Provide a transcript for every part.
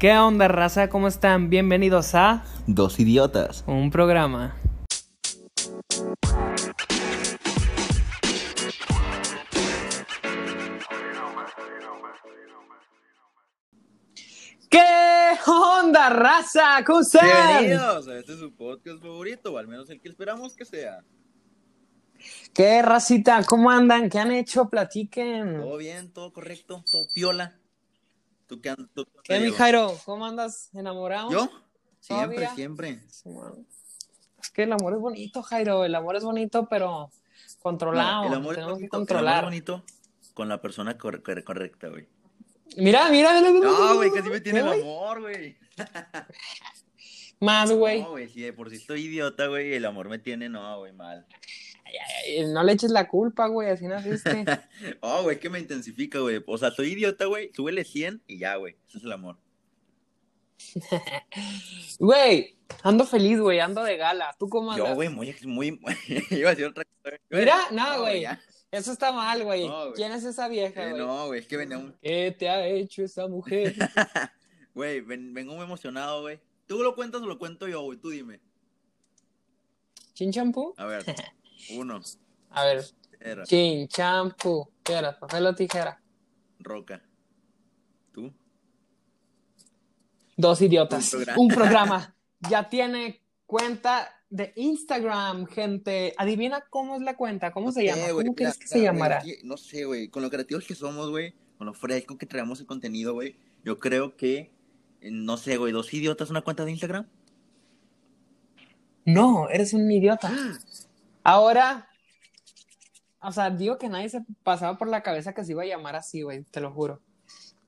¿Qué onda, raza? ¿Cómo están? Bienvenidos a Dos idiotas. un programa. ¿Qué onda, raza? ¿Cómo están? Bienvenidos a este su podcast favorito, o al menos el que esperamos que sea. ¿Qué racita? ¿Cómo andan? ¿Qué han hecho? Platiquen. Todo bien, todo correcto, todo piola. ¿Tú qué andas? tú- ¿Qué, mi Diego? Jairo? ¿Cómo andas? ¿Enamorado? ¿Yo? Siempre, Todavía. siempre. Simón. Es que el amor es bonito, Jairo. El amor es bonito, pero controlado. No, el amor es Tenemos bonito, el amor es que controlar. bonito con la persona cor- cor- correcta, güey. Mira, mira, mira. mira, mira, No, güey, mira, casi me tiene el mira, güey. amor, güey. Más, güey. No, güey, si de por sí estoy idiota, güey, el amor me tiene, no, güey, mal. Eh, No le eches la culpa, güey. Así naciste. Oh, güey, que me intensifica, güey. O sea, soy idiota, güey, súbele 100 y ya, güey. Ese es el amor. Güey, ando feliz, güey. Ando de gala. ¿Tú cómo andas? Yo, güey, muy, muy, iba a decir otra cosa. güey. Mira, no, güey. ya. Eso está mal, güey. No, güey. ¿Quién es esa vieja, Eh, güey? no, güey, es que venía un... ¿Qué te ha hecho esa mujer? Güey, ven- vengo muy emocionado, güey. ¿Tú lo cuentas o lo cuento yo, güey? Tú dime. ¿Chin champú? A ver. Uno. A ver. Era. Chin champú. Piedra, papel o tijera. Roca. ¿Tú? Dos idiotas. Un Un programa. programa. Ya tiene cuenta de Instagram, gente. Adivina cómo es la cuenta, cómo se No sé, llama, güey, cómo crees la- que la- se güey, llamará. es que no sé, güey. Con lo creativos que somos, güey. Con lo fresco que traemos el contenido, güey. Yo creo que... eh, No sé, güey. ¿Dos idiotas una cuenta de Instagram? No, eres un idiota. Ahora, o sea, digo que nadie se pasaba por la cabeza que se iba a llamar así, güey, te lo juro.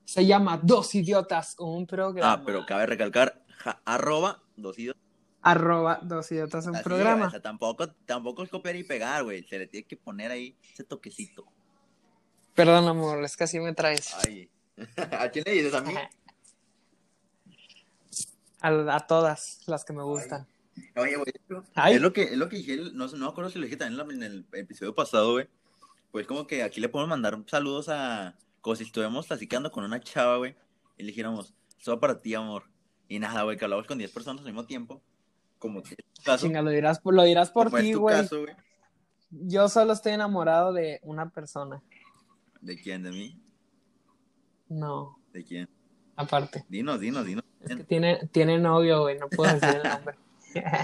Se llama Dos Idiotas, un programa. Ah, pero cabe recalcar. ja- arroba dos idiotas. Arroba Dos Idiotas, un Así, güey, programa. o sea, tampoco, tampoco es copiar y pegar, güey. Se le tiene que poner ahí ese toquecito. Perdón, amor, es que así me traes. Ay. ¿A quién le dices a mí? A, a todas las que me gustan. Oye, güey, es lo- Ay. es lo que, es lo que dije, no, sé, no me acuerdo si lo dije también en, la- en el episodio pasado, güey. Pues como que aquí le podemos mandar saludos a, como si estuviéramos platicando con una chava, güey, y le dijéramos, esto va para ti, amor. Y nada, güey, que hablamos con 10 personas al mismo tiempo, como es tu caso, Chinga, lo dirás, lo dirás por como es ti, tu güey. caso, güey. Yo solo estoy enamorado de una persona. ¿De quién? ¿De mí? No, ¿De quién? aparte. Dinos, dinos, dinos. Es que tiene, tiene novio, güey. No puedo decir el nombre.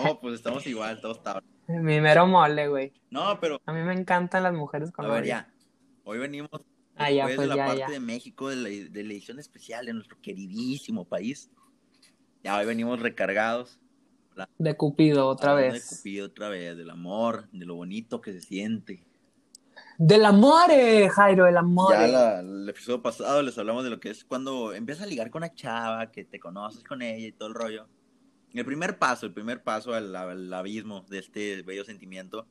No, pues estamos igual, todos tabla. Mi mero mole, güey. No, pero, A mí me encantan las mujeres con a ver, novio. ya. Hoy venimos Ah, ya, después pues de la ya, parte ya. de México, de la, de la edición especial de nuestro queridísimo país. Ya hoy venimos recargados. De Cupido, otra hablando vez. Ah, De Cupido, otra vez, del amor, de lo bonito que se siente. Del amor, eh, Jairo, el amor. Ya eh. la- el episodio pasado les hablamos de lo que es cuando empiezas a ligar con una chava, que te conoces con ella y todo el rollo. El primer paso, el primer paso al, al abismo de este bello sentimiento.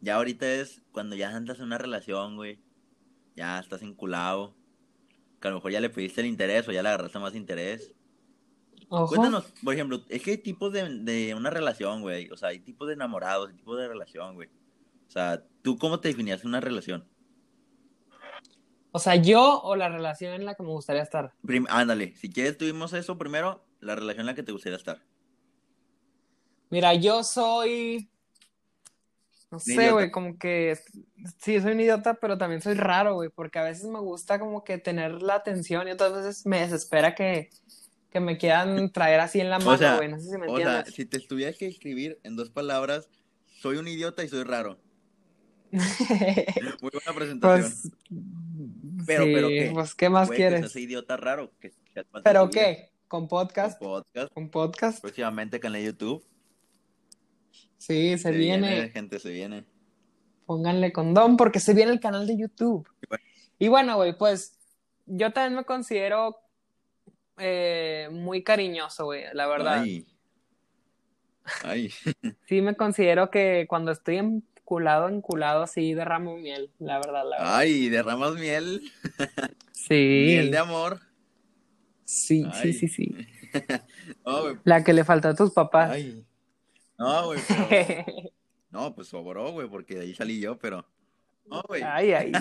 Ya ahorita es cuando ya andas en una relación, güey. Ya estás enculado. Que a lo mejor ya le pediste el interés o ya le agarraste más interés. Ojo. Cuéntanos, por ejemplo, es que hay tipos de, de una relación, güey. O sea, hay tipos de enamorados, hay tipos de relación, güey. O sea, ¿tú cómo te definías una relación? O sea, yo o la relación en la que me gustaría estar. Prim- ándale, si quieres tuvimos eso primero, la relación en la que te gustaría estar. Mira, yo soy. No sé, idiota. güey, como que. Sí, soy un idiota, pero también soy raro, güey, porque a veces me gusta como que tener la atención y otras veces me desespera que, que me quieran traer así en la mano, sea, güey. No sé si me O sea, entiendes. si te tuvieras que escribir en dos palabras, soy un idiota y soy raro. Muy buena presentación. pues. Pero- sí, pero ¿qué? pues, ¿qué más Güey, que quieres? seas idiota raro. que- que al- ¿Pero tu vida. qué? ¿Con podcast? Con Podcast, ¿Con podcast? próximamente canal de YouTube. Pues Sí, se viene. gente, se viene. Pónganle condón porque se viene el canal de YouTube. Y bueno. Y bueno, güey, pues yo también me considero eh, muy cariñoso, güey, la verdad. Ay. Ay. Sí me considero que cuando estoy enculado, enculado, sí derramo miel, la verdad, Ah, la verdad. Ay, derramas miel. sí, Miel de amor. sí, Ay. sí, sí, sí. No, güey. La que le falta a tus papás. Ay. No, güey. pero- No, pues sobró, güey, porque de ahí salí yo, pero. No, güey. ay, ay.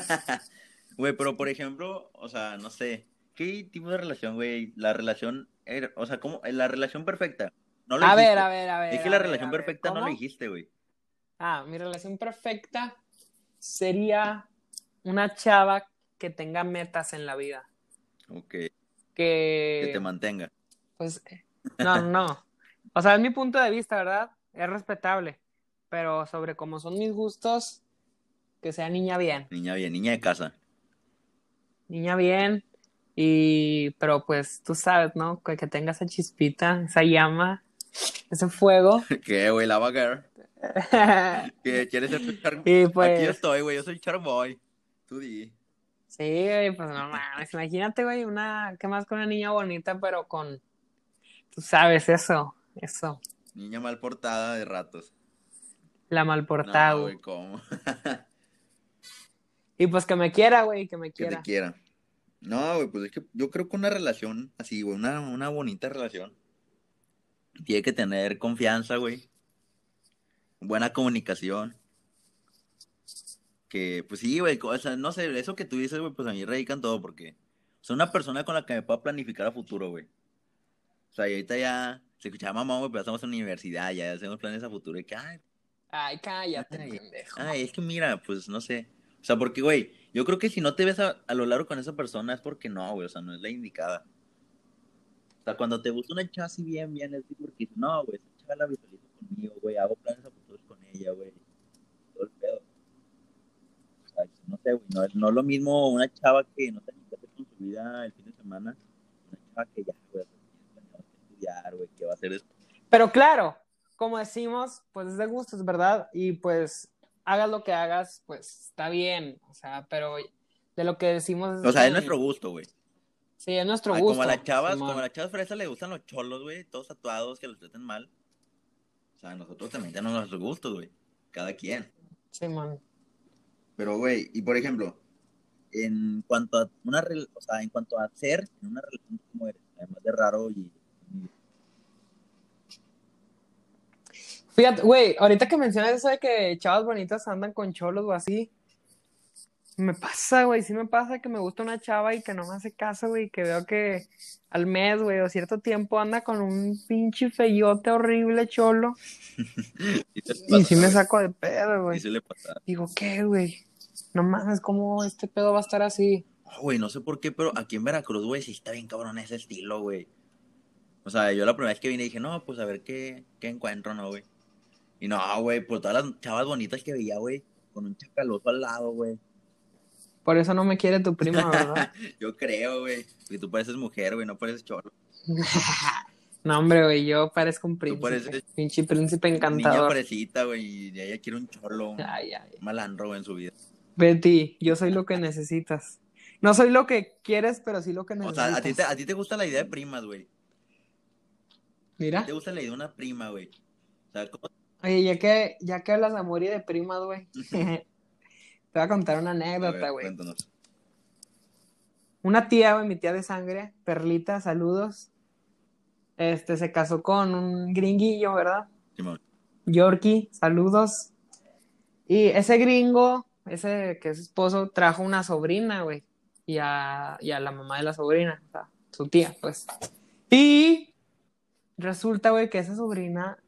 Güey, pero por ejemplo, o sea, no sé. ¿Qué tipo de relación, güey? La relación, er- o sea, ¿cómo? La relación perfecta. No lo A dijiste. ver, a ver, a ver. Es que a la ver, relación a ver. perfecta no ¿Cómo? lo dijiste, güey. Ah, mi relación perfecta sería una chava que tenga metas en la vida. Ok, Que, que te mantenga. pues, no, no. O sea, es mi punto de vista, ¿verdad? Es respetable. Pero sobre cómo son mis gustos, que sea niña bien. Niña bien, niña de casa. Niña bien. Y, pero pues, tú sabes, ¿no? Que, que tenga esa chispita, esa llama, ese fuego. ¿Qué, güey? La vagar. ¿Qué? ¿Quieres ser tu char- y Aquí pues, estoy, güey. Yo soy charboy. Tú di. sí, güey, pues no mames. Imagínate, güey, una, ¿qué más con una niña bonita, pero con, tú sabes, eso, eso, Niña mal portada de ratos. la No, malportada. güey, güey. ¿cómo? y pues que me quiera, güey, que me que te quiera. quiera. No, güey, pues es que yo creo que una relación así, güey, una, una bonita relación, tiene que tener confianza, güey. Buena comunicación. Que, pues sí, güey, co- o sea, no sé, eso que tú dices, güey, pues a mí radican todo, porque soy una persona con la que me puedo planificar a futuro, güey. O sea, y ahorita ya se escuchaba mamá, güey, pero ya estamos en la universidad, ya hacemos planes a futuro, y que, ay, Ay, cállate, Ay. pendejo. Ay, es que mira, pues no sé. O sea, porque, güey, yo creo que si no te ves a, a lo largo con esa persona es porque no, güey, o sea, no es la indicada. O sea, cuando te gusta una chava así bien, bien, es porque no, güey, esa chava la visualizo conmigo, güey, hago planes a futuros con ella, güey. Todo el pedo. O sea, no sé, güey, no, es- no es lo mismo una chava que no te qué hacer con su vida el fin de semana, una chava que ya, güey, o sea, tiene planeado qué estudiar, güey, que va a hacer esto. Pero claro, como decimos, pues es de gustos, ¿verdad? Y pues hagas lo que hagas, pues está bien, o sea, pero de lo que decimos O sea, es como- nuestro gusto, güey. Sí, es nuestro Ah, gusto. como a las chavas, Simón. como a las chavas fresas le gustan los cholos, güey, todos tatuados que los traten mal. O sea, nosotros también tenemos nuestros gustos, güey. Cada quien. Simón. Pero, güey, y por ejemplo, en cuanto a una rel- o sea, en cuanto a ser en una relación como eres, además de raro y Fíjate, güey, ahorita que mencionas eso de que chavas bonitas andan con cholos o así, me pasa, güey, sí me pasa que me gusta una chava y que no me hace caso, güey, que veo que al mes, güey, o cierto tiempo anda con un pinche feyote horrible cholo y, se y sí me saco de pedo, güey. Y se le pasa. Digo, ¿qué, güey? No mames, ¿cómo este pedo va a estar así? Ah, Güey, no sé por qué, pero aquí en Veracruz, güey, sí está bien cabrón ese estilo, güey. O sea, yo la primera vez que vine dije, no, pues a ver qué, qué encuentro, ¿no, güey? Y no, güey, pues todas las chavas bonitas que veía, güey, con un chacaloso al lado, güey. Por eso no me quiere tu prima, ¿verdad? Yo creo, güey. Y tú pareces mujer, güey, no pareces cholo. no, hombre, güey, yo parezco un príncipe. pareces- Pinche príncipe Niña encantador. parecita, güey, y ella quiere un cholo, un Ay, ay. malandro güey, en su vida. Betty, yo soy lo que necesitas. No soy lo que quieres, pero sí lo que O necesitas. sea, a ti te, a ti te gusta la idea de primas, güey. Mira. Te ¿Ah? gusta la idea de una prima, güey. O sea, ¿cómo? Oye, ya que, ya que hablas de amor y de primas, güey. te voy a contar una A ver, anécdota, güey. cuéntanos. Una tía, güey, mi tía de sangre, Perlita, saludos. Este, se casó con un gringuillo, ¿verdad? Simón. Yorkie, saludos. Y ese gringo, ese que es esposo, trajo una sobrina, güey. Y a, y a la mamá de la sobrina, o sea, su tía, pues. Y resulta, güey, que esa sobrina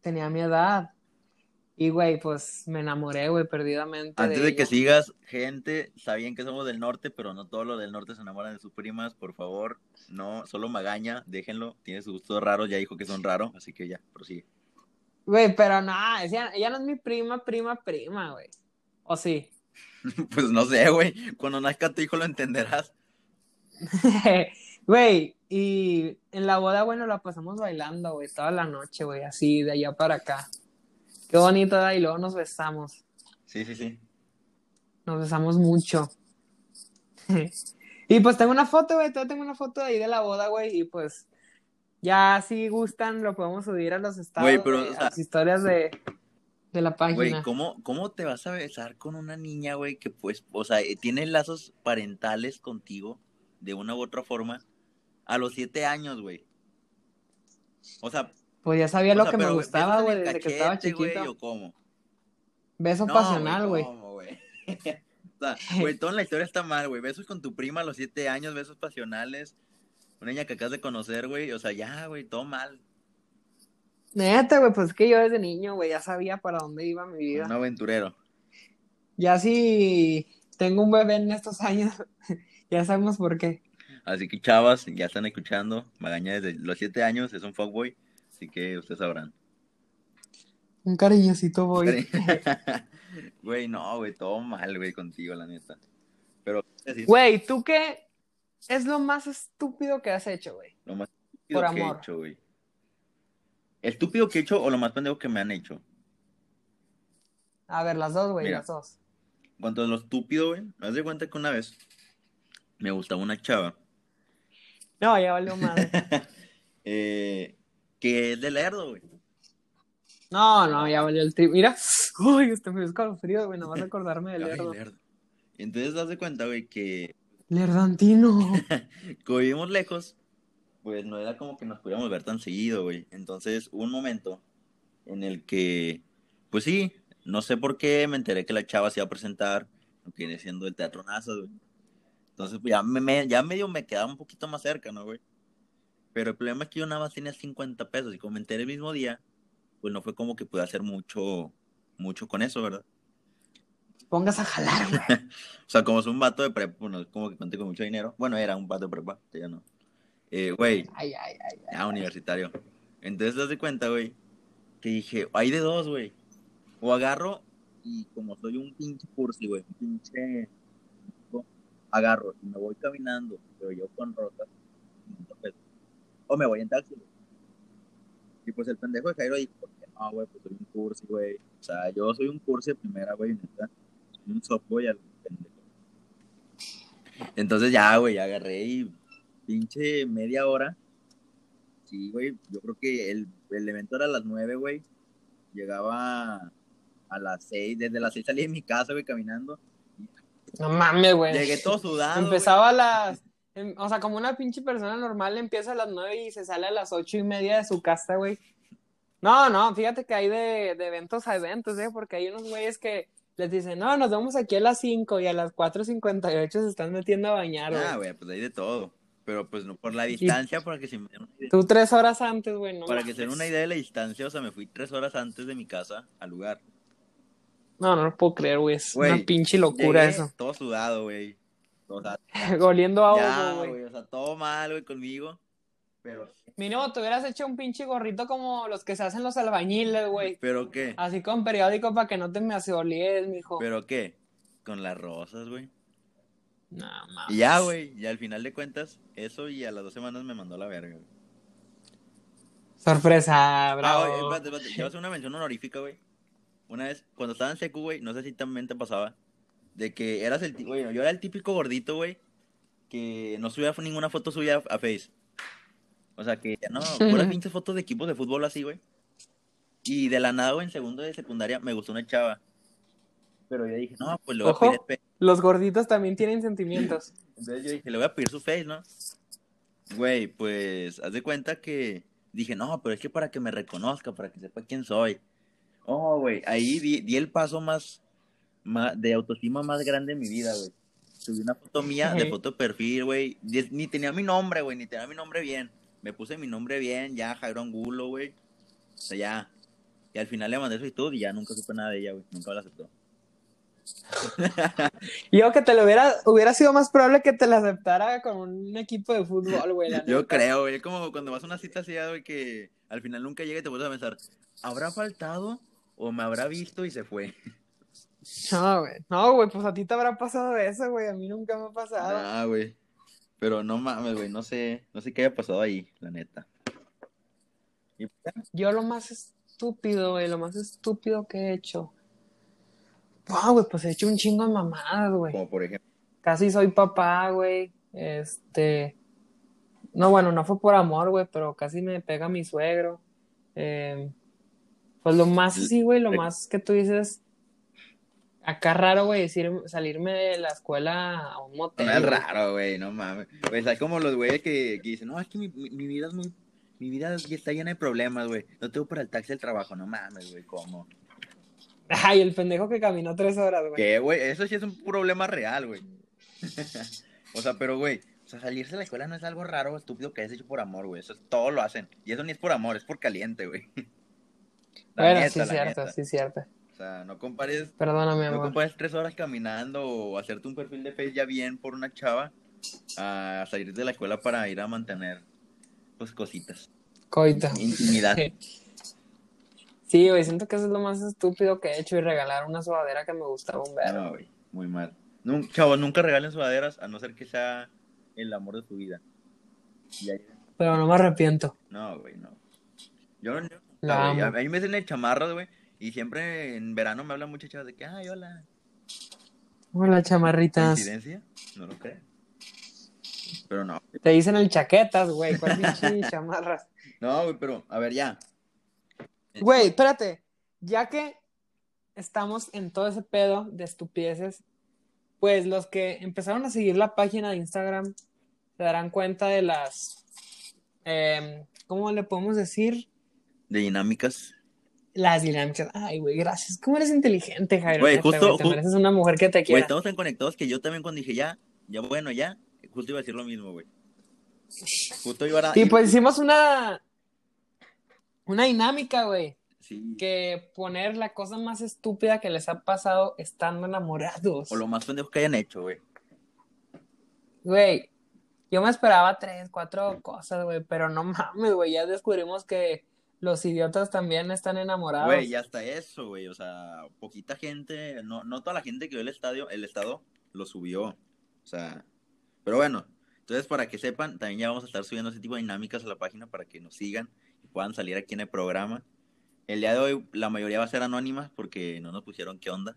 tenía mi edad. Y, güey, pues me enamoré, güey, perdidamente. Ah, Antes de que ella. sigas, gente, está bien que somos del norte, pero no todos los del norte se enamoran de sus primas, por favor. No, solo Magaña, déjenlo. Tiene sus gustos raros, ya dijo que son raros, así que ya, prosigue. Güey, pero no, ella, ella no es mi prima, prima, prima, güey. ¿O sí? Pues no sé, güey. Cuando nazca tu hijo lo entenderás. Güey, y en la boda, bueno, la pasamos bailando, güey, toda la noche, güey, así, de allá para acá. Qué bonito, ¿verdad? y luego nos besamos, Sí, sí, sí. nos besamos mucho. y pues tengo una foto, güey, todavía tengo una foto de ahí de la boda, güey, y pues ya si gustan lo podemos subir a los estados, Güey, pero, güey, o a sea- las historias de, de la Güey, página. ¿cómo, ¿cómo te vas a besar con una niña, güey, que pues, o sea, eh, tiene lazos parentales contigo de una u otra forma a los siete años, güey? O sea, Pues ya sabía o lo sea, que me pero, gustaba, ¿besas güey, en el desde que estaba cachete, güey, chiquito. ¿O cómo? Beso No, pasional, güey. ¿cómo, güey? está, güey, toda la historia está mal, güey. Besos con tu prima a los siete años, besos pasionales. Una niña que acabas de conocer, güey. O sea, ya, güey, todo mal. Neta, güey, pues es que yo desde niño, güey, ya sabía para dónde iba mi vida. Un aventurero. Ya si tengo un bebé en estos años, ya sabemos por qué. Así que, chavas, ya están escuchando. Magaña desde los siete años es un fuckboy. Así que ustedes sabrán. Un cariñosito voy. Güey, no, güey, todo mal, güey, contigo, la neta. Pero, así, Güey, ¿tú qué es lo más estúpido que has hecho, güey? lo más estúpido por que amor. he hecho, güey. ¿Estúpido que he hecho o lo más pendejo que me han hecho? A ver, las dos, güey, Mira. las dos. En cuanto a lo estúpido, güey, me das de cuenta que una vez me gustaba una chava No, ya valió madre. eh, que es de lerdo, güey. No, no, ya valió el trip. Mira, uy, este me escalofrío, güey, nomás de acordarme del Ay, lerdo. lerdo. Entonces, das de cuenta, güey, que Lerdantino. como vivimos lejos, pues no era como que nos pudiéramos ver tan seguido, güey. Entonces, hubo un momento en el que, pues sí, no sé por qué, me enteré que la chava se iba a presentar, lo que viene siendo el Teatro Nazas, güey. Entonces, pues, ya, me- me, ya medio me quedaba un poquito más cerca, ¿no, güey? Pero el problema es que yo nada más tenía 50 pesos y como me enteré el mismo día, pues no fue como que pude hacer mucho, mucho con eso, ¿verdad? Pongas a jalar, güey. O sea, como es un vato de prepa, bueno, como que conté con mucho dinero. Bueno, era un vato de prepa, ya no. Eh, Güey, Ay, ay, ay. Ah, universitario. Entonces te das de cuenta, güey, que dije, hay de dos, güey. O agarro y como soy un pinche cursi, güey, un pinche... Agarro y me voy caminando, pero yo con rotas. 500 pesos. O me voy en taxi, güey. Y pues el pendejo de Jairo dijo, ¿por qué no, güey? Pues soy un cursi, güey. O sea, yo soy un cursi de primera, güey, neta. Soy un softboy al pendejo. Entonces ya, güey, agarré y pinche media hora Sí, güey, yo creo que el, el evento era a las 9, güey. Llegaba a las 6, desde las 6 salí de mi casa, güey, caminando. No mames, güey. Llegué todo sudado. Ah, güey. Empezaba a las. em- O sea, como una pinche persona normal empieza a las nueve y se sale a las ocho y media de su casa, güey. No, no, fíjate que hay de, de eventos a eventos, ¿eh? Porque hay unos güeyes que les dicen, no, nos vemos aquí a las cinco y a las 4.58 se están metiendo a bañar, güey. Ah, güey, pues hay de todo. Pero pues no por la distancia, para que se me den una idea. Tú tres horas antes, güey, no. Para que se den mames. una idea de la distancia, o sea, me fui tres horas antes de mi casa al lugar. No, no lo puedo creer, güey. Es Güey, una pinche locura Llegué eso. Todo sudado, güey. O sea, Oliendo a ya, ovo, güey. güey, o sea, todo mal, güey, conmigo. Pero, Mínimo te hubieras hecho un pinche gorrito como los que se hacen los albañiles, güey. Ah, ¿pero qué? Así con periódico para que no te me asolies, mijo. ¿Pero qué? Con las rosas, güey. No, mames. Y ya, güey, y al final de cuentas, eso y a las dos semanas me mandó a la verga. güey. Sorpresa, Ah, oye, bravo. espérate, espérate, te voy a hacer una mención honorífica, güey. Una vez, cuando estaba en secu, güey, no sé si también te pasaba, de que eras el, ti- güey, yo era el típico gordito, güey, que no subía ninguna foto suya a Face. O sea, que no, puras pinches fotos de equipos de fútbol así, güey. Y de la nada, güey, en segundo de secundaria me gustó una chava. Pero yo dije, no, pues le voy a Ojo. pedir espe- Los gorditos también tienen sentimientos. Entonces yo dije, le voy a pedir su face, ¿no? Güey, pues haz de cuenta que dije, no, pero es que para que me reconozca, para que sepa quién soy. Oh, güey, ahí di, di el paso más, más- de autoestima más grande en mi vida, güey. Subí una foto mía de Ujú. foto de perfil, güey. Ni ni tenía mi nombre, güey, ni tenía mi nombre bien. Me puse mi nombre bien, ya, Jairo Angulo, güey. O sea, ya. Y al final le mandé su actitud y ya nunca supe nada de ella, güey. Nunca la aceptó. Yo que te lo hubiera, hubiera sido más probable que te la aceptara con un equipo de fútbol, güey. la Yo neta. creo, güey, es como cuando vas a una cita así, güey, que al final nunca llega y te vuelves a pensar, ¿habrá faltado o me habrá visto y se fue? No, güey. No, güey, pues a ti te habrá pasado eso, güey. A mí nunca me ha pasado. Ah, güey. Pero no mames, güey, no sé, no sé qué haya pasado ahí, la neta. Y- Yo lo más estúpido, güey, lo más estúpido que he hecho. Wow, güey, pues he hecho un chingo de mamadas, güey. como por ejemplo, Casi soy papá, güey. Este. No, bueno, no fue por amor, güey, pero casi me pega mi suegro. Eh, pues lo más, sí, güey, lo más que tú dices. Acá raro, güey, decir, salirme de la escuela a un motel. no es güey. raro, güey, no mames. Pues hay como los güeyes que, que dicen, no, es que mi, mi- mi vida es muy, mi vida ya está llena de problemas, güey. No tengo para el taxi del trabajo, no mames, güey, ¿cómo? Ay, el pendejo que caminó tres horas, güey. Que, güey, eso sí es un problema real, güey. o sea, pero, güey, o sea, salirse de la escuela no es algo raro o estúpido que hayas hecho por amor, güey. Eso es- todo lo hacen. Y eso ni es por amor, es por caliente, güey. La bueno, neta, sí, la cierto, neta. sí, cierto. O sea, no compares Perdóname, No amor. ocupas tres horas caminando o hacerte un perfil de Facebook ya bien por una chava a salir de la escuela para ir a mantener pues cositas. Coito. Intimidad. Sí, güey, siento que eso es lo más estúpido que he hecho y regalar una sudadera que me gustaba un verbo. No, güey, muy mal. Nun- chavos, nunca regalen sudaderas a no ser que sea el amor de su vida. Y ahí- Pero no me arrepiento. No, güey, no. Yo no. La güey, a, amo. a mí me hacen el chamarro, güey. Y siempre en verano me hablan muchas chavas de que, ay, hola. Hola, chamarritas. ¿Coincidencia? No lo creo. Pero no. Te dicen el chaquetas, güey. ¿Cuál pinche chamarras? No, güey, pero, a ver, ya. Güey, espérate. Ya que estamos en todo ese pedo de estupideces, pues los que empezaron a seguir la página de Instagram se darán cuenta de las. em, ¿Cómo le podemos decir? De dinámicas. Las dinámicas. Ay, güey, gracias. ¿Cómo eres inteligente, Jairo? Güey, Neta, justo- Te ju- mereces una mujer que te Güey, quiera. estamos tan conectados que yo también cuando dije ya, ya bueno, ya, justo iba a decir lo mismo, güey. Justo iba a... Sí, pues hicimos una. Una dinámica, güey. Sí. Que poner la cosa más estúpida que les ha pasado estando enamorados. O lo más pendejo que hayan hecho, güey. Güey, yo me esperaba tres, cuatro cosas, güey, pero no mames, güey, ya descubrimos que los idiotas también están enamorados. Güey, ya hasta eso, güey. O sea, poquita gente, no, no toda la gente que vio el estadio, el estado lo subió. O sea, pero bueno, entonces para que sepan, también ya vamos a estar subiendo ese tipo de dinámicas a la página para que nos sigan y puedan salir aquí en el programa. El día de hoy la mayoría va a ser anónima porque no nos pusieron qué onda.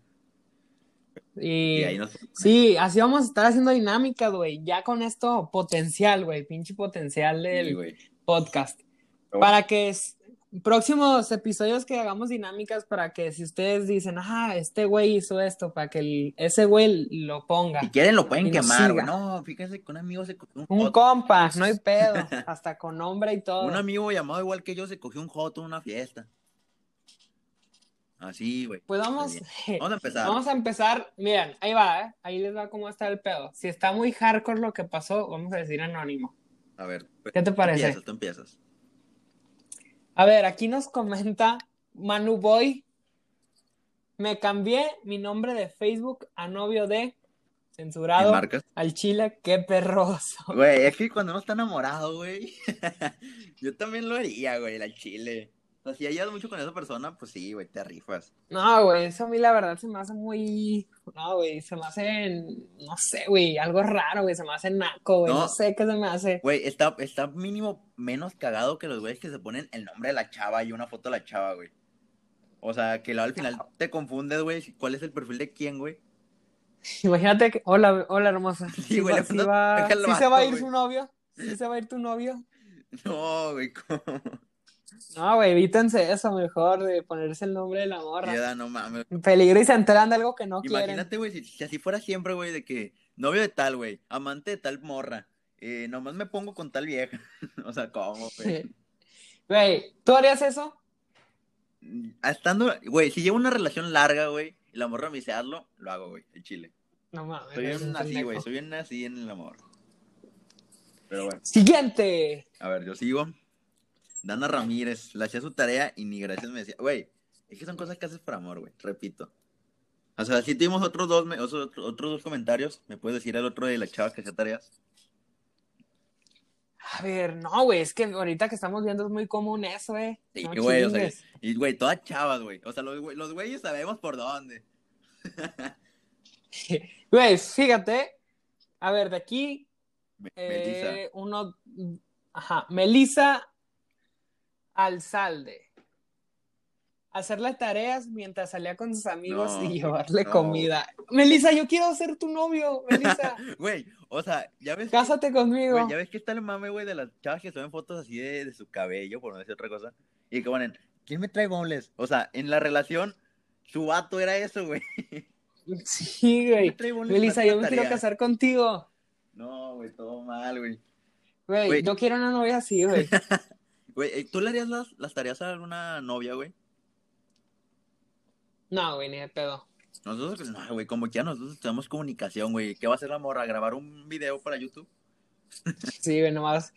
y Y ahí nos... sí, así vamos a estar haciendo dinámicas, güey, ya con esto potencial, güey, pinche potencial del Sí, güey. podcast. Pero Para que s- próximos episodios que hagamos dinámicas para que si ustedes dicen, ah, este güey hizo esto, para que el- ese güey lo ponga. Si quieren lo pueden Y nos quemar, güey. siga. No, fíjense que un amigo se cogió un, Un joto. compa, no hay pedo, hasta con nombre y todo. Un amigo llamado igual que yo se cogió un joto en una fiesta. Así, güey. Pues vamos, Muy Vamos a empezar. Vamos a empezar, miren, ahí va, ¿eh? ahí les va cómo está el pedo. Si está muy hardcore lo que pasó, vamos a decir anónimo. A ver. ¿Qué te parece? Tú empiezas, tú empiezas. A ver, aquí nos comenta Manu Boy. Me cambié mi nombre de Facebook a novio de ¿Me censurado marcas? al chile, qué perroso. Güey, es que cuando uno está enamorado, güey. yo también lo haría, güey, la chile. O sea, si hayas mucho con esa persona, pues sí, güey, te rifas. No, güey, eso a mí la verdad se me hace muy, no, güey, se me hace, no sé, güey, algo raro, güey, se me hace naco, güey, No. no sé qué se me hace. Güey, está, está mínimo menos cagado que los güeyes que se ponen el nombre de la chava y una foto de la chava, güey. O sea, que luego al final te confundes, güey, cuál es el perfil de quién, güey. Imagínate que, hola, hola hermosa. Sí, Sí, güey, va- le sí mandas va- mensaje al sí se va a vato, ir güey. su novio. Sí se va a ir tu novio. No, güey, ¿cómo? No, güey, evítense eso mejor de ponerse el nombre de la morra. Queda, no mames. Peligro y se enteran de algo que no quieren. Imagínate, güey, si, si así fuera siempre, güey, de que novio de tal, güey, amante de tal morra, eh, nomás me pongo con tal vieja. o sea, ¿cómo, güey? Güey, ¿tú harías eso? Mm, Estando, güey, si llevo una relación larga, güey, y la morra me dice hazlo, lo hago, güey, el chile. No mames. Soy eres un bien así, pendejo. güey, soy bien así en el amor. Pero bueno, Siguiente. a ver, yo sigo. Dana Ramírez, la hacía su tarea y ni gracias me decía, güey, es que son cosas que haces por amor, güey, repito. O sea, si tuvimos otros dos, me- otros, otros dos comentarios, ¿me puedes decir el otro de la chava que hacía tareas? A ver, no, güey, es que ahorita que estamos viendo es muy común eso, güey. Sí, No güey, o sea, chingues. Y, güey, todas chavas, güey. O sea, los, güey- los güeyes sabemos por dónde. Güey, fíjate. A ver, de aquí, Me- Melissa. eh, uno. Ajá, Melissa Alzalde. Hacer las tareas mientras salía con sus amigos No, y llevarle no. comida. Melissa, yo quiero ser tu novio, Melissa. Güey, o sea, ya ves, que, Cásate conmigo. güey, ya ves que está el mame, güey, de las chavas que suben fotos así de, de su cabello, por no decir otra cosa. Y que ponen, ¿quién me trae bombles? O sea, en la relación, su vato era eso, güey. Sí, ¿Quién me güey. trae boneless Melissa, para yo me tarea? quiero casar contigo. No, güey, todo mal, güey. Güey, Güey. yo quiero una novia así, güey. Güey, eh, ¿tú le harías las, las tareas a alguna novia, güey? No, güey, ni de pedo. Nosotros, pues, no, güey, como que ya nosotros tenemos comunicación, güey. ¿Qué va a hacer la morra? ¿Grabar un video para YouTube? Sí, güey, nomás.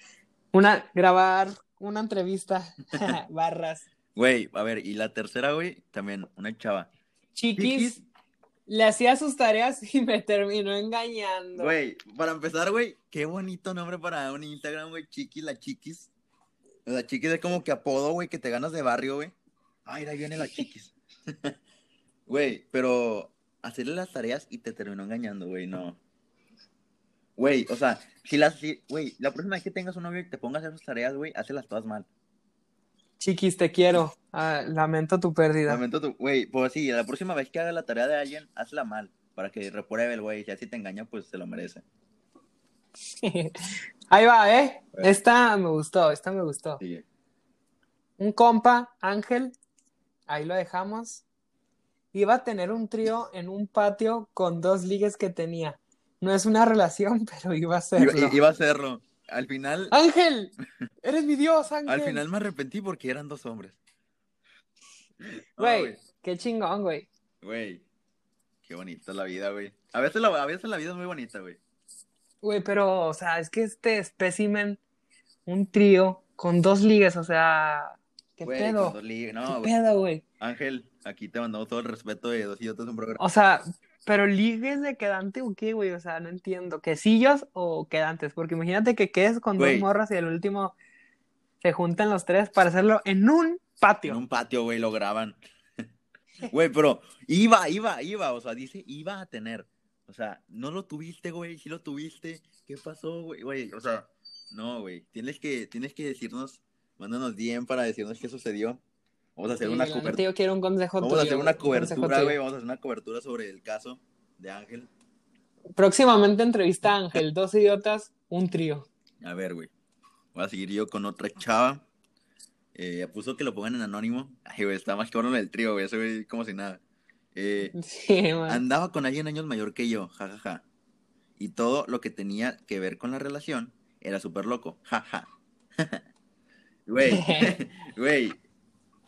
Una, grabar una entrevista. Barras. Güey, a ver, y la tercera, güey, también, una chava. Chiquis, le hacía sus tareas y me terminó engañando. Güey, para empezar, güey, qué bonito nombre para un Instagram, güey, Chiquis, la Chiquis. O sea, Chiquis es como que apodo, güey, que te ganas de barrio, güey. Ay, ahí viene la Chiquis. Güey, pero hacerle las tareas y te terminó engañando, güey, no. Güey, o sea, si las, si- güey, la próxima vez que tengas un novio y te pongas a hacer sus tareas, güey, las todas mal. Chiquis, te quiero. Ah, lamento tu pérdida. Lamento tu, güey, pues sí, la próxima vez que haga la tarea de alguien, hazla mal, para que repruebe el güey, si así te engaña, pues se lo merece. Ahí va, ¿eh? Bueno. Esta me gustó, esta me gustó. Sí. Un compa, Ángel, ahí lo dejamos. Iba a tener un trío en un patio con dos ligues que tenía. No es una relación, pero iba a Iba, serlo. iba a hacerlo. Al final, Ah, Ángel, eres mi dios, al Ángel. final me arrepentí porque eran dos hombres. Güey, Ay, qué chingón, güey. Güey, qué bonita la vida, güey. A veces la, a veces la vida es muy bonita, güey. Güey, pero, o sea, es que este espécimen, un trío con dos ligues, o sea, qué Güey, pedo, con dos ligas, qué No, güey. pedo, güey. Ángel, aquí te mandamos todo el respeto de dos idiotas un programa. O sea, pero ligues de quedante o qué, güey, o sea, no entiendo, quesillos o quedantes, porque imagínate que quedes con Güey. dos morras y el último se juntan los tres para hacerlo en un patio. En un patio, güey, lo graban. Güey, pero iba, iba, iba, o sea, dice iba a tener. O sea, no lo tuviste, güey, sí lo tuviste. ¿Qué pasó, güey? Güey, o sea, no, güey. Tienes que, tienes que decirnos, mándanos bien para decirnos qué sucedió. Vamos a hacer Sí, una la neta, cobertura. yo quiero un consejo Vamos a tuyo, hacer una güey, un consejo cobertura, tuyo. güey. Vamos a hacer una cobertura sobre el caso de Ángel. Próximamente entrevista a Ángel, dos idiotas, un trío. A ver, güey. Voy a seguir yo con otra chava. Eh, puso que lo pongan en anónimo. Ay, güey, está más que bueno el trío, güey. Ese güey, como si nada. Eh, Sí, man. andaba con alguien años mayor que yo, jajaja. Y todo lo que tenía que ver con la relación era súper loco, jaja. Güey, güey.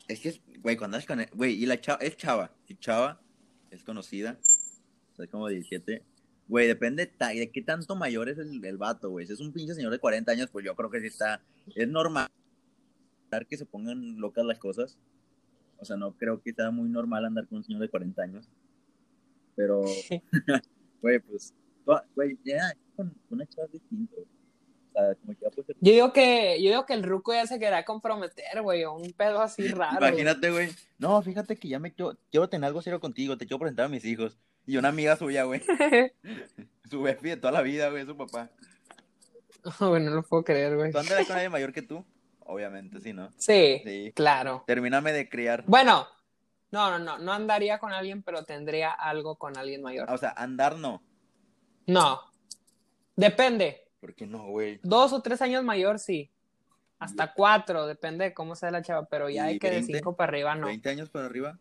Es que, es- güey, cuando andas con él- Güey, y la chava, es chava. Y chava es conocida. O sea, es como 17. Güey, depende ta- de qué tanto mayor es el, el vato, güey. Si es un pinche señor de 40 años, pues yo creo que sí está. Es normal que se pongan locas las cosas. O sea, no creo que sea muy normal andar con un señor de 40 años. Pero, güey, pues. toda- Güey, ya, con una chava es distinto, güey. O sea, como que ya puede ser. Yo digo que, yo digo que el ruco ya se querrá comprometer, güey, o un pedo así raro. güey. Imagínate, güey. No, fíjate que ya me quiero, quiero tener algo serio contigo, te quiero presentar a mis hijos. Y una amiga suya, güey. Su befi de toda la vida, güey, su papá. No, güey, no lo puedo creer, güey. ¿Tú andarás con alguien mayor que tú? Obviamente, sí, ¿no? Sí, Sí. claro. Termíname de criar. Bueno, no, no, no, no andaría con alguien, pero tendría algo con alguien mayor. O sea, andar no. No, depende. ¿Por qué no, güey? Dos o tres años mayor, sí. Hasta cuatro, depende de cómo sea la chava, pero ya ¿Y hay que de 20? cinco para arriba, no. ¿20 años para arriba?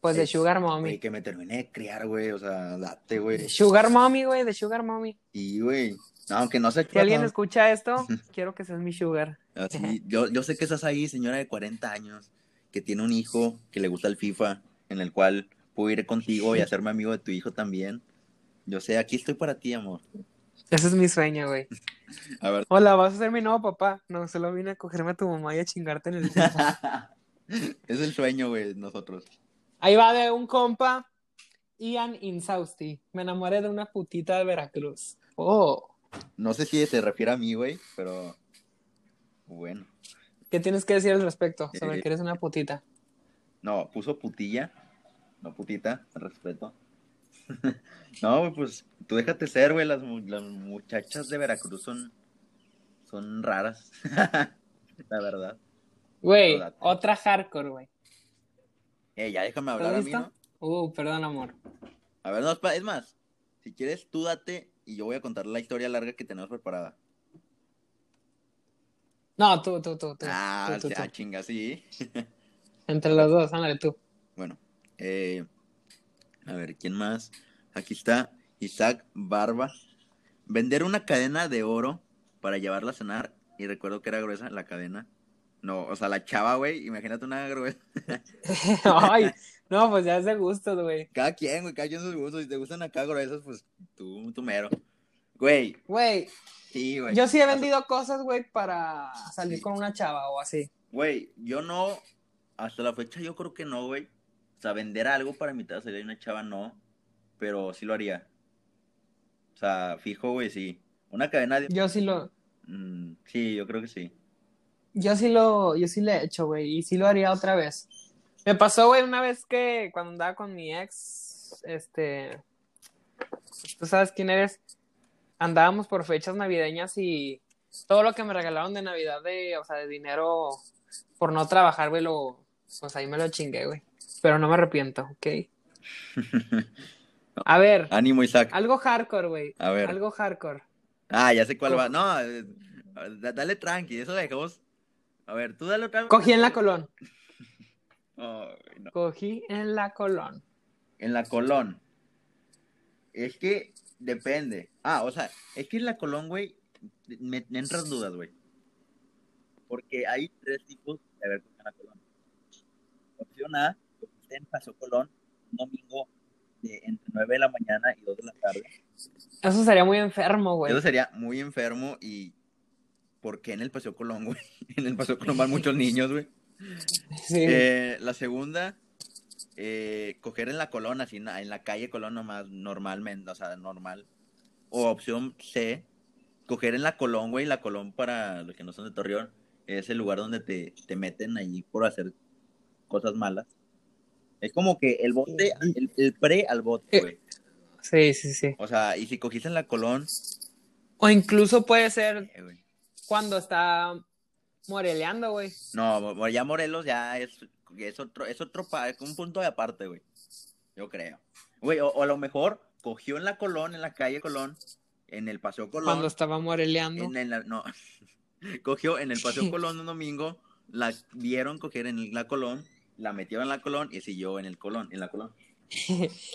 Pues de Es- Sugar Mommy. Güey, que me terminé de criar, güey. O sea, date, De güey. Sugar Mommy, güey, de Sugar Mommy. Y, güey. No, aunque no sé Si alguien no. escucha esto, quiero que seas mi Sugar. Así, yo, yo sé que estás ahí, señora de 40 años, que tiene un hijo que le gusta el FIFA, en el cual puedo ir contigo y hacerme amigo de tu hijo también. Yo sé, aquí estoy para ti, amor. Ese es mi sueño, güey. A ver. Hola, ¿vas a ser mi nuevo papá? No, solo vine a cogerme a tu mamá y a chingarte en el... es el sueño, güey, nosotros. Ahí va de un compa, Ian Insausti. Me enamoré de una putita de Veracruz. Oh, No sé si se refiere a mí, güey, pero bueno. ¿qué tienes que decir al respecto sobre Eh. que eres una putita? No, puso putilla. No putita, al respeto. no, güey, pues tú déjate ser, güey. Las, mu- las muchachas de Veracruz son, son raras. La verdad. Güey, Hola. otra hardcore, güey. Eh, ya déjame hablar ¿Estás a mí, listo? ¿no? Uh, perdón, amor. A ver, no, espa- es más. Si quieres, tú date y yo voy a contar la historia larga que tenemos preparada. No, tú, tú, tú, tú. ah, tú, tú, ya, tú. chinga, sí. Entre los dos, ándale tú. Bueno, eh, a ver, ¿quién más? Aquí está Isaac Barba. Vender una cadena de oro para llevarla a cenar. Y recuerdo que era gruesa la cadena. No, o sea, la chava, güey, imagínate una gruesa. Ay, no, pues ya es de gustos, güey. Cada quien, güey, cada quien sus gustos. Si te gustan acá gruesas, pues tú, tú mero. Güey, Güey, sí, güey. yo sí he vendido cosas, güey, para salir con una chava o así. Güey, yo no, hasta la fecha yo creo que no, güey. O sea, vender algo para invitar a salir a una chava, no. Pero sí lo haría. O sea, fijo, güey, sí. Una cadena de... Yo sí lo, Mm, sí, yo creo que sí. Yo sí lo, yo sí le he hecho, güey, y sí lo haría otra vez. Me pasó, güey, una vez que cuando andaba con mi ex, este, tú sabes quién eres, andábamos por fechas navideñas y todo lo que me regalaron de Navidad de, o sea, de dinero por no trabajar, güey, lo, pues ahí me lo chingué, güey. Pero no me arrepiento, ¿ok? A ver, Ánimo, Isaac. algo hardcore, güey. A ver. Algo hardcore. Ah, ya sé cuál va. No, eh, da- dale tranqui, eso dejamos. A ver, tú dale otra Cogí en la colón. Oh, güey, no. Cogí en la colón. En la Colón. Es que depende. Ah, o sea, es que en la Colón, güey, me, me entran dudas, güey. Porque hay tres tipos de haber cogido en la Colón. Opción A, cogiste en Paseo Colón, un domingo de entre 9 de la mañana y 2 de la tarde. Eso sería muy enfermo, güey. Eso sería muy enfermo y... ¿Por qué en el Paseo Colón, güey? En el Paseo Colón van muchos niños, güey. Sí. Eh, la segunda, eh, coger en la colón, así, na- en la calle colón nomás, normalmente, o sea, normal. O opción C, coger en la colón, güey, la colón para los que no son de Torreón, es el lugar donde te, te meten ahí por hacer cosas malas. Es como que el bote, el, el pre al bote, güey. Sí, sí, sí. O sea, y si cogiste en la colón, O incluso puede ser eh, güey. cuando está moreleando, güey. no, mo- ya Morelos ya es, es otro, es otro, pa- es un punto de aparte, güey. Yo creo. Güey, o, o a lo mejor cogió en la Colón, en la calle Colón, en el Paseo Colón. Cuando estaba moreleando. en, en la- no. cogió en el Paseo Colón un domingo, la vieron coger en la Colón, la metieron en la Colón y siguió en el Colón, en la Colón.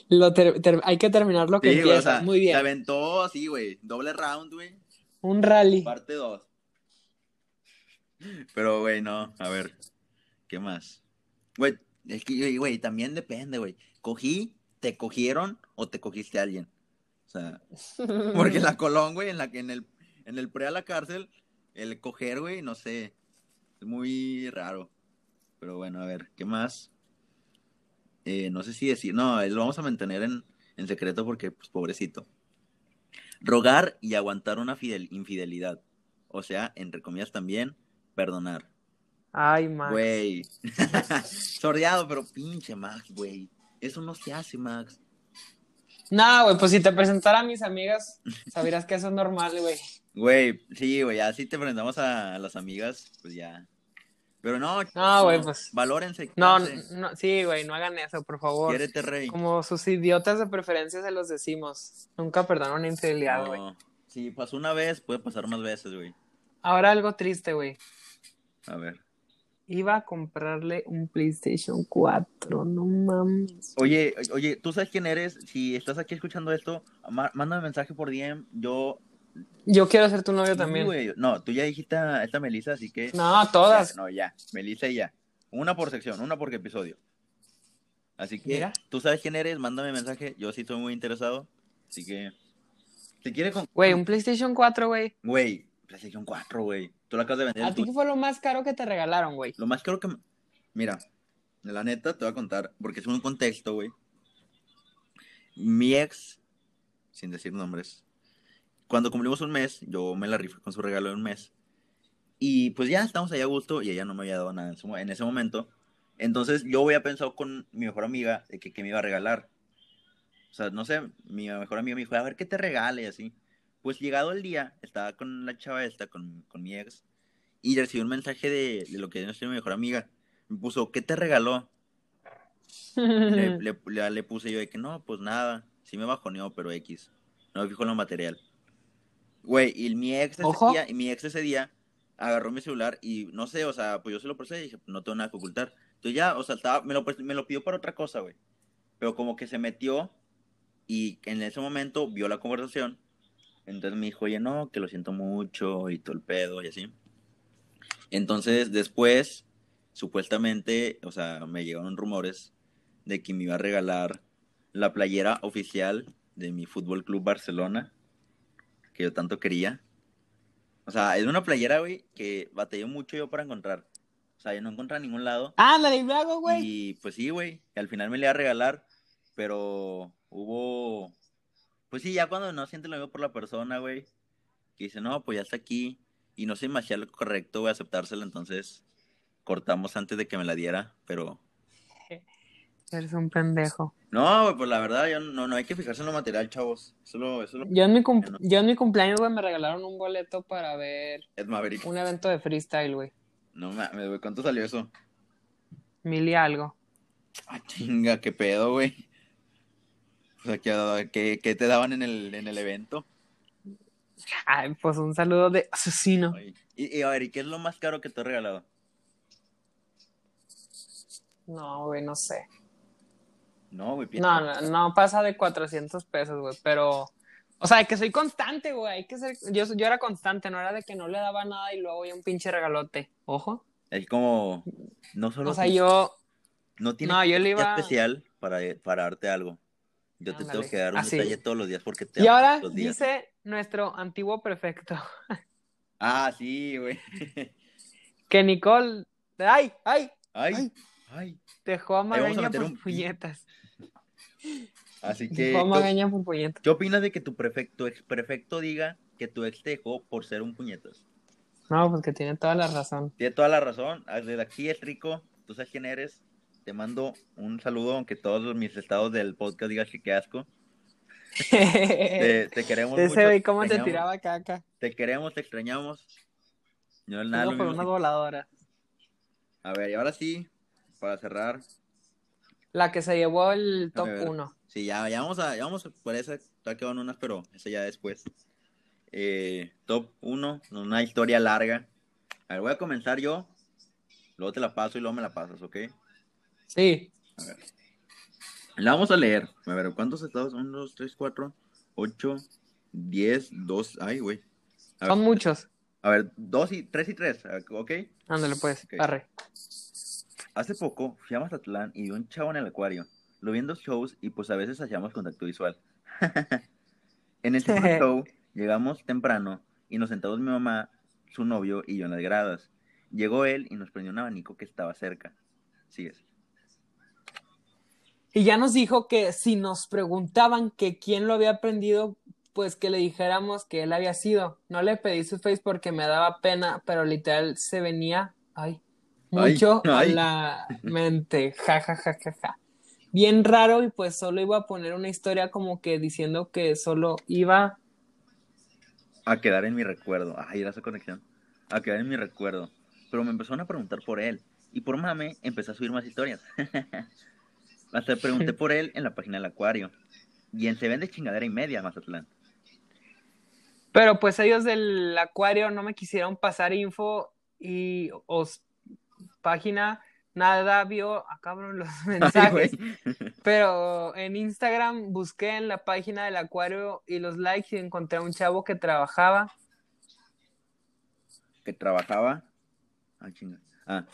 Lo ter- ter- hay que terminar lo que Sí, güey, o empieza. sea, Muy bien. Se aventó así, güey. Doble round, güey. Un rally. Parte 2. Pero, güey, no. A ver, ¿qué más? Güey, es que, güey, también depende, güey. Cogí, te cogieron o te cogiste a alguien. O sea, porque en la Colón, güey, en, la, que- en, el, en el pre a la cárcel, el coger, güey, no sé. Es muy raro. Pero bueno, a ver, ¿qué más? Eh, no sé si decir. No, eh, lo vamos a mantener en, en secreto porque, pues, pobrecito. Rogar y aguantar una fidel- infidelidad. O sea, entre comillas también, perdonar. Ay, Max. Güey. Sordeado, pero pinche Max, güey. Eso no se hace, Max. No, güey, pues si te presentara a mis amigas, sabrás que eso es normal, güey. Güey, sí, güey, así te presentamos a las amigas, pues ya. Pero no, No, güey, pues. Valórense. No, cuídense, no, sí, güey, no hagan eso, por favor. Quiérete, rey. Como sus idiotas de preferencia se los decimos. Nunca perdonan una infidelidad, güey. No. Si pasó una vez, puede pasar más veces, güey. Ahora algo triste, güey. A ver. Iba a comprarle un PlayStation 4, no mames. Oye, oye, tú sabes quién eres. Si estás aquí escuchando esto, ma- mándame mensaje por DM. Yo Yo quiero ser tu novio Sí, también. güey. No, tú ya dijiste a esta Melissa, así que. No, todas. Ya, no, ya. Melissa y ya. Una por sección, una por episodio. Así que, Mira. tú sabes quién eres, mándame mensaje. Yo sí estoy muy interesado. Así que. Si quieres con. Güey, un PlayStation 4, güey. Güey, pues, PlayStation 4, güey. Tú la acabas de vender. ¿A ti tú- qué fue lo más caro que te regalaron, güey? Lo más creo que. Mira, la neta te voy a contar, porque es un contexto, güey. Mi ex, sin decir nombres, cuando cumplimos un mes, yo me la rifé con su regalo de un mes. Y pues ya estamos allá a gusto y ella no me había dado nada en, su- en ese momento. Entonces yo había pensado con mi mejor amiga de que, que me iba a regalar. O sea, no sé, mi mejor amiga me dijo, a ver qué te regale y así. Pues llegado el día, estaba con la chava esta, con, con mi ex, y recibí un mensaje de, de lo que es mi mejor amiga. Me puso, ¿qué te regaló? Le, le- le- le puse yo de que no, pues nada. Sí me bajoneó, pero X. No me fijo en lo material. Güey, y mi ex, ese Ojo. día, y mi ex ese día agarró mi celular y no sé, o sea, pues yo se lo presté y dije, no tengo nada que ocultar. Entonces ya, o sea, estaba- me, lo, pres- me lo pidió para otra cosa, güey. Pero como que se metió y en ese momento vio la conversación. Entonces me dijo, oye, no, que lo siento mucho y todo el pedo y así. Entonces, después, supuestamente, o sea, me llegaron rumores de que me iba a regalar la playera oficial de mi Fútbol Club Barcelona, que yo tanto quería. O sea, es una playera, güey, que batallé mucho yo para encontrar. O sea, yo no encontré a ningún lado. Ándale, Blago, güey. Y pues sí, güey, que al final me le iba a regalar, pero hubo... Pues sí, ya cuando no sientes lo mismo por la persona, güey, que dice, no, pues ya está aquí, y no se me hacía lo correcto, güey, aceptárselo, entonces cortamos antes de que me la diera, pero... Eres un pendejo. No, güey, pues la verdad, yo no, no hay que fijarse en lo material, chavos. Eso lo, eso lo... Yo en mi, cum- yo en mi cumpleaños, güey, me regalaron un boleto para ver Es Maverick. un evento de freestyle, güey. No mames, güey, ¿cuánto salió eso? Mil y algo. Ah, chinga, qué pedo, güey. O sea, ¿qué, qué, qué te daban en el, en el evento? Ay, pues un saludo de asesino. Oye, Y, y a ver, ¿y qué es lo más caro que te he regalado? No, güey, no sé. No, güey, piensa. No, no, no pasa de 400 pesos, güey, pero... O sea, que soy constante, güey, hay que ser... Yo, yo era constante, no era de que no le daba nada y luego ya un pinche regalote. Ojo. Es como, no solo O sea, yo... no tiene No, yo le nada iba... especial para, para darte algo. Yo te Ándale, tengo que dar un así. detalle todos los días porque te Y amo ahora todos los días. dice nuestro antiguo prefecto Ah, sí, güey. que Nicole... ¡Ay, ay! Ay, ay. Dejó a vamos a Magaña meter por un pi- puñetas. Así que, Dejó a ¿qué, Magaña por puñetas. qué opinas de que tu prefecto, ex prefecto diga que tu ex te dejó por ser un puñetas? No, pues que tiene toda la razón. Tiene toda la razón. Ah, Desde aquí es rico. Tú sabes quién eres. Te mando un saludo, aunque todos los- mis estados del podcast digan que qué asco. Te, te queremos Ese mucho. güey, cómo te extrañamos, tiraba caca. Te queremos, te extrañamos. Pues No es nada Uno lo por mismo. una voladora. A ver, y ahora sí, para cerrar. La que se llevó el top Déjame ver. 1. Sí, ya, ya vamos a, ya vamos a- por esa, todavía quedan unas, pero esa ya después. Eh, top 1, una historia larga. A ver, voy a comenzar yo. Luego te la paso y luego me la pasas, ¿ok? Sí. La vamos a leer. A ver, ¿cuántos estados? 1, 2, 3, 4, 8, 10, 2. Ay, güey. A Son ver, muchos. a ver, 2 y 3 y 3. Ok. Ándale, pues. Ok. Arre. Hace poco fui a Mazatlán y vi un chavo en el acuario. Lo vi en dos shows y pues a veces hacíamos contacto visual. en el segundo show llegamos temprano y nos sentamos mi mamá, su novio y yo en las gradas. Llegó él y nos prendió un abanico que estaba cerca. Sigues. Y ya nos dijo que si nos preguntaban que quién lo había aprendido, pues que le dijéramos que él había sido. No le pedí su face porque me daba pena, pero literal se venía, ay, Ay, mucho ay. a la mente. Ja, ja, ja, ja, ja. Bien raro y pues solo iba a poner una historia como que diciendo que solo iba a quedar en mi recuerdo. Ay, era esa conexión. A quedar en mi recuerdo. Pero me empezaron a preguntar por él. Y por mame, empecé a subir más historias. Hasta pregunté por él en la página del acuario. Y en Se Vende Chingadera y Media, Mazatlán. Pero pues ellos del acuario no me quisieron pasar info y os página nada vio, ah, cabrón, los Ay, mensajes. güey. Pero en Instagram busqué en la página del acuario y los likes y encontré a un chavo que trabajaba. Que trabajaba. Ay, chinga. Ah.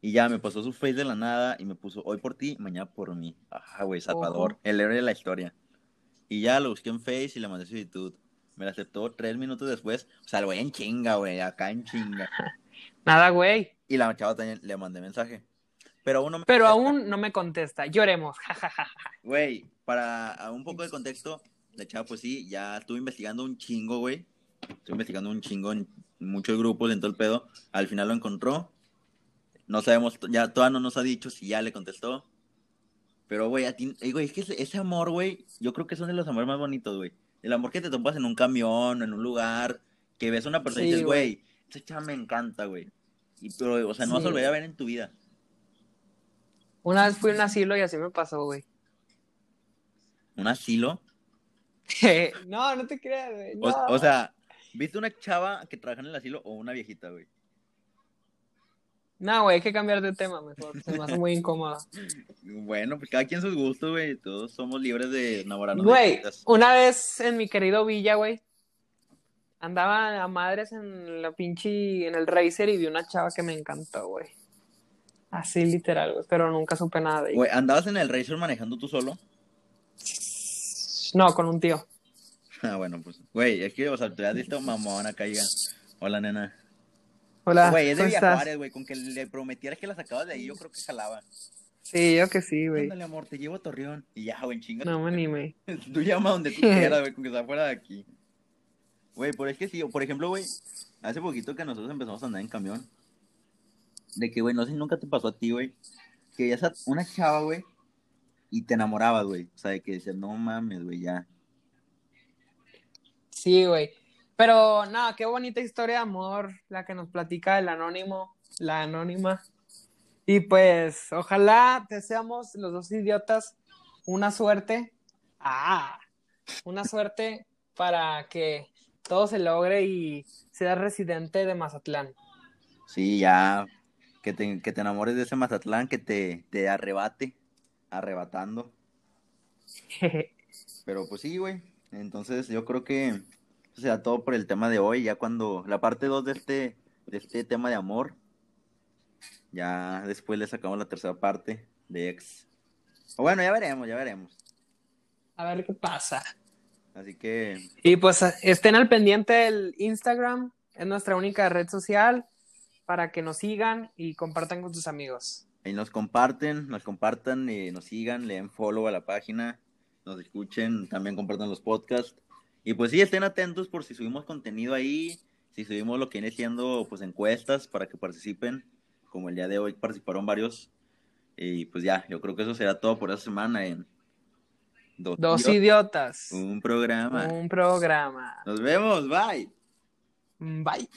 Y ya me pasó su face de la nada y me puso hoy por ti, mañana por mí. Ajá, güey, Salvador, Ojo. el héroe de la historia. Y ya lo busqué en Face y le mandé solicitud. Me la aceptó tres minutos después. O sea, el güey en chinga, güey, acá en chinga. Nada, güey. Y la chava también le mandé mensaje. Pero uno me Pero aún no me contesta. Lloremos. Ja, ja, ja. Güey, para a un poco de contexto, la chava, pues sí, ya estuve investigando un chingo, güey. Estuve investigando un chingo en muchos grupos, en todo el pedo. Al final lo encontró. No sabemos, ya todavía no nos ha dicho si ya le contestó. Pero, güey, a ti, eh, güey, es que ese, ese amor, güey, yo creo que son de los amores más bonitos, güey. El amor que te topas en un camión, en un lugar, que ves a una persona y Sí, dices, güey, esta chava me encanta, güey. Y, pero, o sea, no vas Sí. a volver a ver en tu vida. Una vez fui a un asilo y así me pasó, güey. Un asilo. No, no te creas, güey. O, no. o sea, ¿viste una chava que trabaja en el asilo o una viejita, güey? No, güey, hay que cambiar de tema mejor. Se me hace muy incómodo. Bueno, pues cada quien sus gustos, güey. Todos somos libres de enamorarnos. de Güey, cosas. una vez en mi querido Villa, güey, Andaba a madres en la pinche, en el Racer y vi una chava que me encantó, güey. Así literal, güey, pero nunca supe nada de ella. Güey, ¿andabas en el Racer manejando tú solo? No, con un tío. Ah, bueno, pues, güey, es que, o sea, te has visto mamón acá, ya. Hola, nena. Hola, Güey, es de Ah, ¿cómo Villa estás? Juárez, güey, con que le prometieras que la sacabas de ahí, yo creo que jalaba. Sí, yo que sí, güey. Ándale, amor, te llevo a Torreón. Y ya, güey, chinga. No me animé. Tú llama donde tú quieras, güey, con que sea fuera de aquí. Güey, pero es que sí, por ejemplo, güey, hace poquito que nosotros empezamos a andar en camión. De que, güey, no sé, nunca te pasó a ti, güey, que veías a una chava, güey, y te enamorabas, güey. O sea, de que decías, no mames, güey, ya. Sí, güey. Pero no, qué bonita historia de amor la que nos platica el anónimo, la anónima. Y pues, ojalá deseamos los dos idiotas una suerte. Ah, una suerte para que todo se logre y sea residente de Mazatlán. Sí, ya. Que te, que te enamores de ese Mazatlán que te, te arrebate, arrebatando. Pero pues sí, güey. Entonces yo creo que eso será todo por el tema de hoy. Ya cuando la parte 2 de este, de este tema de amor, ya después le sacamos la tercera parte de ex. O bueno, ya veremos, ya veremos. A ver qué pasa. Así que Y pues estén al pendiente del Instagram, es nuestra única red social, para que nos sigan y compartan con sus amigos. ahí nos comparten, nos compartan, y nos sigan, le den follow a la página, nos escuchen, también compartan los podcasts. Y pues sí, estén atentos por si subimos contenido ahí, si subimos lo que viene siendo pues encuestas para que participen, como el día de hoy participaron varios. Y pues ya, yo creo que eso será todo por esta semana en Dos, Dos idiotas. Idiotas, un programa. Un programa. Nos vemos, bye. Bye.